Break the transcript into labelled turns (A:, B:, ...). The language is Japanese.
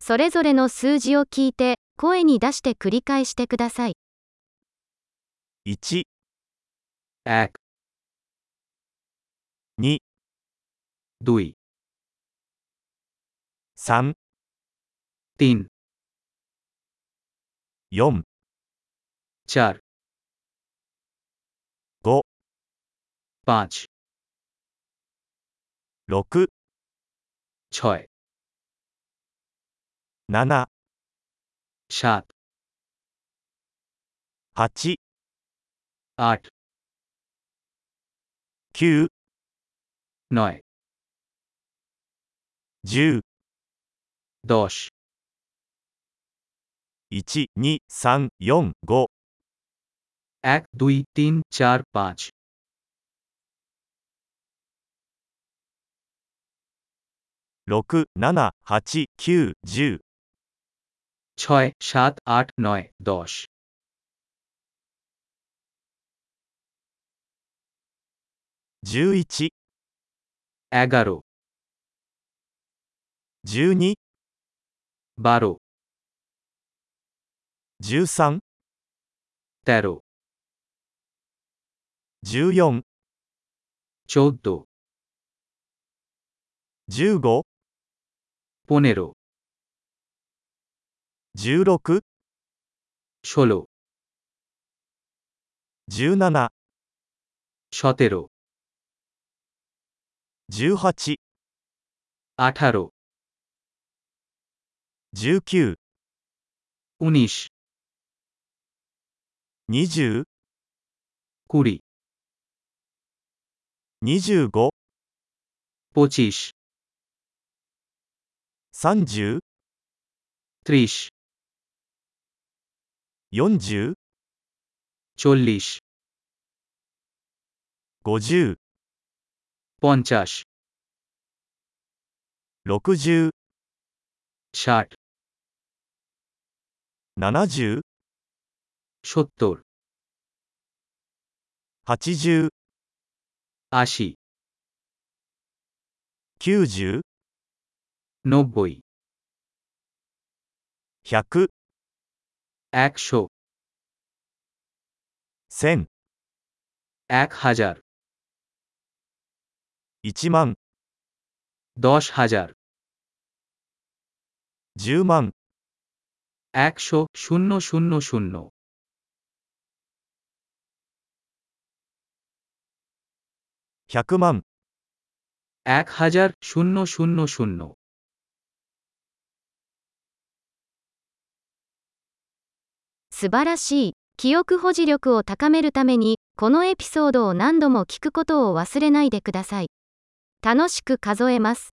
A: それぞれの数字を聞いて、声に出して繰り返してください。
B: 1、
C: এক
B: 2、
C: দুই
B: 3、
C: তিন
B: 4、
C: চার
B: 5、
C: পাঁচ
B: 6、
C: ছয়
B: 7、
C: সাত
B: 8、
C: আট
B: 9、
C: নয়
B: 10、
C: দশ
B: 1、2、3、4、5、
C: এক দুই তিন চার পাঁচ
B: 6、7、8、9、10、
C: ছয় সাত আট নয় দশ
B: 11、
C: এগারো
B: 12、
C: বারো
B: 13、
C: তেরো
B: 14、
C: চৌদ্দ
B: 15、
C: পনেরো
B: 16、
C: ষোলো
B: 17、
C: সতেরো
B: 18、
C: আঠারো
B: 19、
C: উনিশ
B: 20、
C: কুড়ি
B: 25、
C: পঁচিশ
B: 30、
C: ত্রিশ
B: 40、
C: চল্লিশ
B: 50、
C: পঞ্চাশ
B: 60、
C: ষাট
B: 70、
C: সত্তর
B: 80、
C: আশি
B: 90、
C: নব্বই
B: 100、
C: একশো
B: 1000、
C: এক হাজার
B: 1万、
C: দশ হাজার
B: 10万、
C: একশো শূন্য শূন্য শূন্য
B: 100万、
C: এক হাজার শূন্য শূন্য শূন্য
A: 素晴らしい。記憶保持力を高めるために、このエピソードを何度も聞くことを忘れないでください。楽しく数えます。